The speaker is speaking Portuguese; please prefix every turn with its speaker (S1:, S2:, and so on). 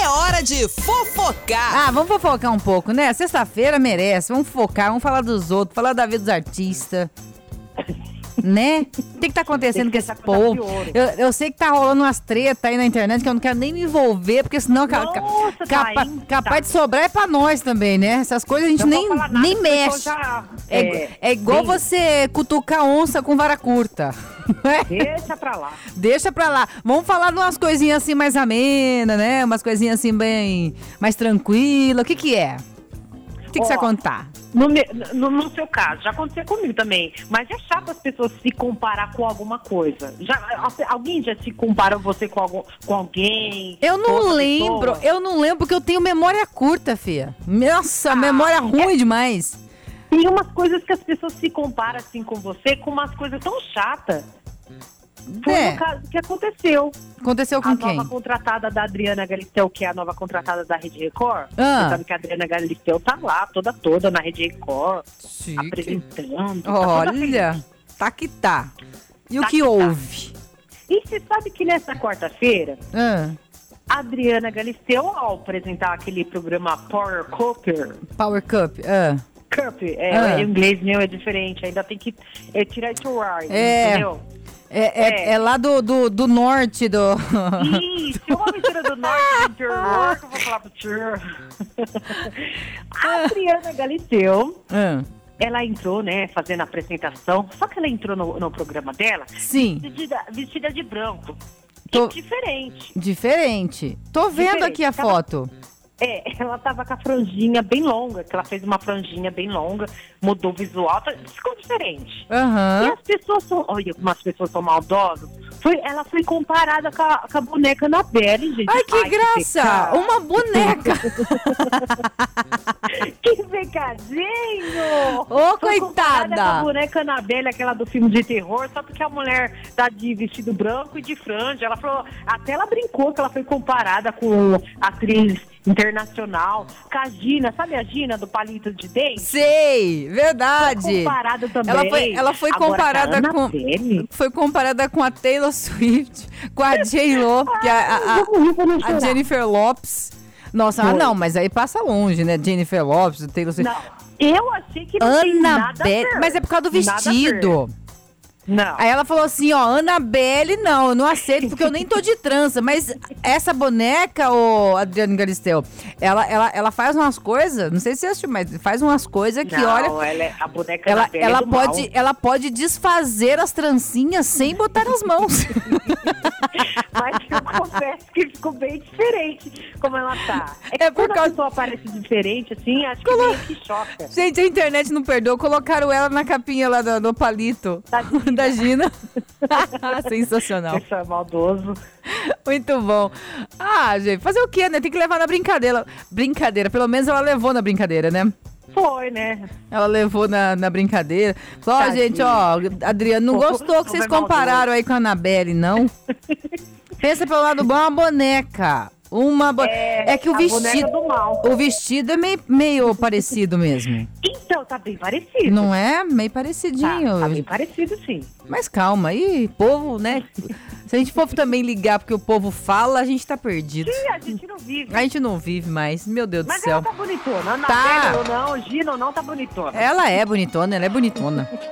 S1: é hora de fofocar.
S2: Ah, vamos fofocar um pouco, né? Sexta-feira merece. Vamos focar, vamos falar dos outros, falar da vida dos artistas. Né? O que, que tá acontecendo
S3: Tem que
S2: com esse
S3: pensar coisa
S2: povo?
S3: pior.
S2: Eu, eu sei que tá rolando umas treta aí na internet que eu não quero nem me envolver, porque senão ca- ca-
S3: Nossa,
S2: capa-
S3: tá, hein?
S2: capaz
S3: Tá.
S2: de sobrar é pra nós também, né? Essas coisas a gente
S3: Não
S2: nem,
S3: vou falar nada,
S2: nem
S3: o pessoal
S2: mexe.
S3: já-
S2: É, igu- é igual
S3: bem,
S2: você cutucar onça com vara curta. né?
S3: Deixa pra lá.
S2: Deixa pra lá. Vamos falar de umas coisinhas assim mais amena, né? Umas coisinhas assim bem mais tranquila. O que que é? O que, que
S3: Ó,
S2: você vai contar?
S3: No, me- no- no seu caso, já aconteceu comigo também. Mas é chato as pessoas se comparar com alguma coisa. Já, a- alguém já se compara você com, algum, com alguém?
S2: Eu
S3: com
S2: não
S3: outra
S2: lembro,
S3: pessoa?
S2: eu não lembro porque eu tenho memória curta, fia. Nossa,
S3: Ah,
S2: memória ruim demais.
S3: Tem umas coisas que as pessoas se comparam assim com você, com umas coisas tão chatas. Foi
S2: É.
S3: o caso que aconteceu.
S2: Aconteceu com
S3: a
S2: quem?
S3: nova contratada da Adriana Galisteu, que é a nova contratada da Rede Record.
S2: Ah.
S3: Você sabe que a Adriana Galisteu tá lá, toda toda, na Rede Record,
S2: Chique.
S3: apresentando. tá toda feliz.
S2: Olha, tá que tá. E o
S3: Tá
S2: que
S3: que tá.
S2: houve?
S3: E você sabe que nessa quarta-feira,
S2: Ah,
S3: a Adriana Galisteu, ao apresentar aquele programa Power Cooper,
S2: Power Cup. ah.
S3: Cup, é,
S2: Ah.
S3: o inglês meu é diferente, ainda tem que é, tirar esse ar,
S2: É.
S3: entendeu?
S2: É, é-
S3: É.
S2: é lá do, do, do norte do.
S3: Ih, se uma mentira do norte do interior, que eu vou falar pro tio. A Adriana Galisteu
S2: Ah,
S3: Ela entrou, né, fazendo a apresentação, só que ela entrou no, no programa dela
S2: Sim.
S3: vestida, vestida de branco.
S2: Tô-
S3: E diferente.
S2: Diferente. Tô vendo
S3: Diferente.
S2: aqui a
S3: Tava-
S2: foto.
S3: É, ela tava com a franjinha bem longa, que ela fez uma franjinha bem longa, mudou o visual, tá- ficou diferente. E
S2: Aham.
S3: as pessoas são, olha, como as pessoas são maldosas. Foi, ela foi comparada com a, com a boneca na pele, gente.
S2: Ai, que graça! Um
S3: pecado.
S2: Uma boneca!
S3: Que pecadinho!
S2: Ô,
S3: Foi
S2: coitada!
S3: comparada com A boneca Anabelle, aquela do filme de terror, só porque a mulher tá de vestido branco e de franja. Ela falou, até ela brincou que ela foi comparada com atriz internacional, com a Gina, sabe a Gina do palito de dente?
S2: Sei! Verdade!
S3: Comparada também.
S2: Ela foi, ela foi
S3: Agora,
S2: comparada
S3: a Ana
S2: com.
S3: Pelle?
S2: Foi comparada com a Taylor Swift, com a J-Lo, que é a, a-
S3: Eu vou rir pra não
S2: a
S3: chorar.
S2: Jennifer Lopes. Nossa, ah,
S3: Foi.
S2: não, mas aí passa longe, né? Jennifer Lopes, Taylor Swift.
S3: Não, eu achei que não tem
S2: Ana
S3: nada a
S2: Belle.
S3: ver.
S2: Mas é por causa do
S3: Nada a ver.
S2: vestido.
S3: Não.
S2: Aí ela falou assim, ó, Anabelle não, eu não aceito porque eu nem tô de trança, mas essa boneca, ô Adriano Galisteu, ela, ela, ela faz umas coisas, não sei se você assistiu, mas faz umas coisas que,
S3: Não,
S2: olha,
S3: ela é a boneca
S2: ela,
S3: Anabelle
S2: ela,
S3: do mal.
S2: pode, ela pode desfazer as trancinhas sem botar as mãos.
S3: Mas eu confesso que ficou bem diferente como ela tá. É, que
S2: É por
S3: quando
S2: causa-
S3: a pessoa aparece diferente, assim, acho
S2: Colo-
S3: que meio que choca.
S2: Gente, a internet não perdoa, colocaram ela na capinha lá do, do palito
S3: Da Gina.
S2: da Gina. Sensacional.
S3: Isso é maldoso.
S2: Muito bom. Ah, gente, fazer o quê, né? Tem que levar na brincadeira. Brincadeira, pelo menos ela levou na brincadeira, né?
S3: Foi, né?
S2: Ela levou na, na brincadeira. Falou, ó,
S3: Tadinha.
S2: gente, ó, Adriano, não
S3: Pô,
S2: gostou que
S3: não
S2: vocês
S3: é maldoso.
S2: compararam aí com a Anabelle, não? Pensa pelo lado bom, uma boneca. Uma bo... é, que o
S3: a
S2: vestido.
S3: boneca do mal.
S2: O vestido é meio, meio parecido mesmo.
S3: Então, tá bem parecido.
S2: Não é? Meio
S3: Tá,
S2: parecidinho.
S3: tá bem parecido, sim.
S2: Mas calma aí, povo, né? Se a gente for também ligar porque o povo fala, a gente tá perdido.
S3: E a gente não vive.
S2: A gente não vive mais, meu Deus do
S3: Mas tá-
S2: céu.
S3: ela tá bonitona. Ana
S2: Tá.
S3: Bela ou não, Gina ou não, tá bonitona.
S2: Ela é bonitona, ela é bonitona.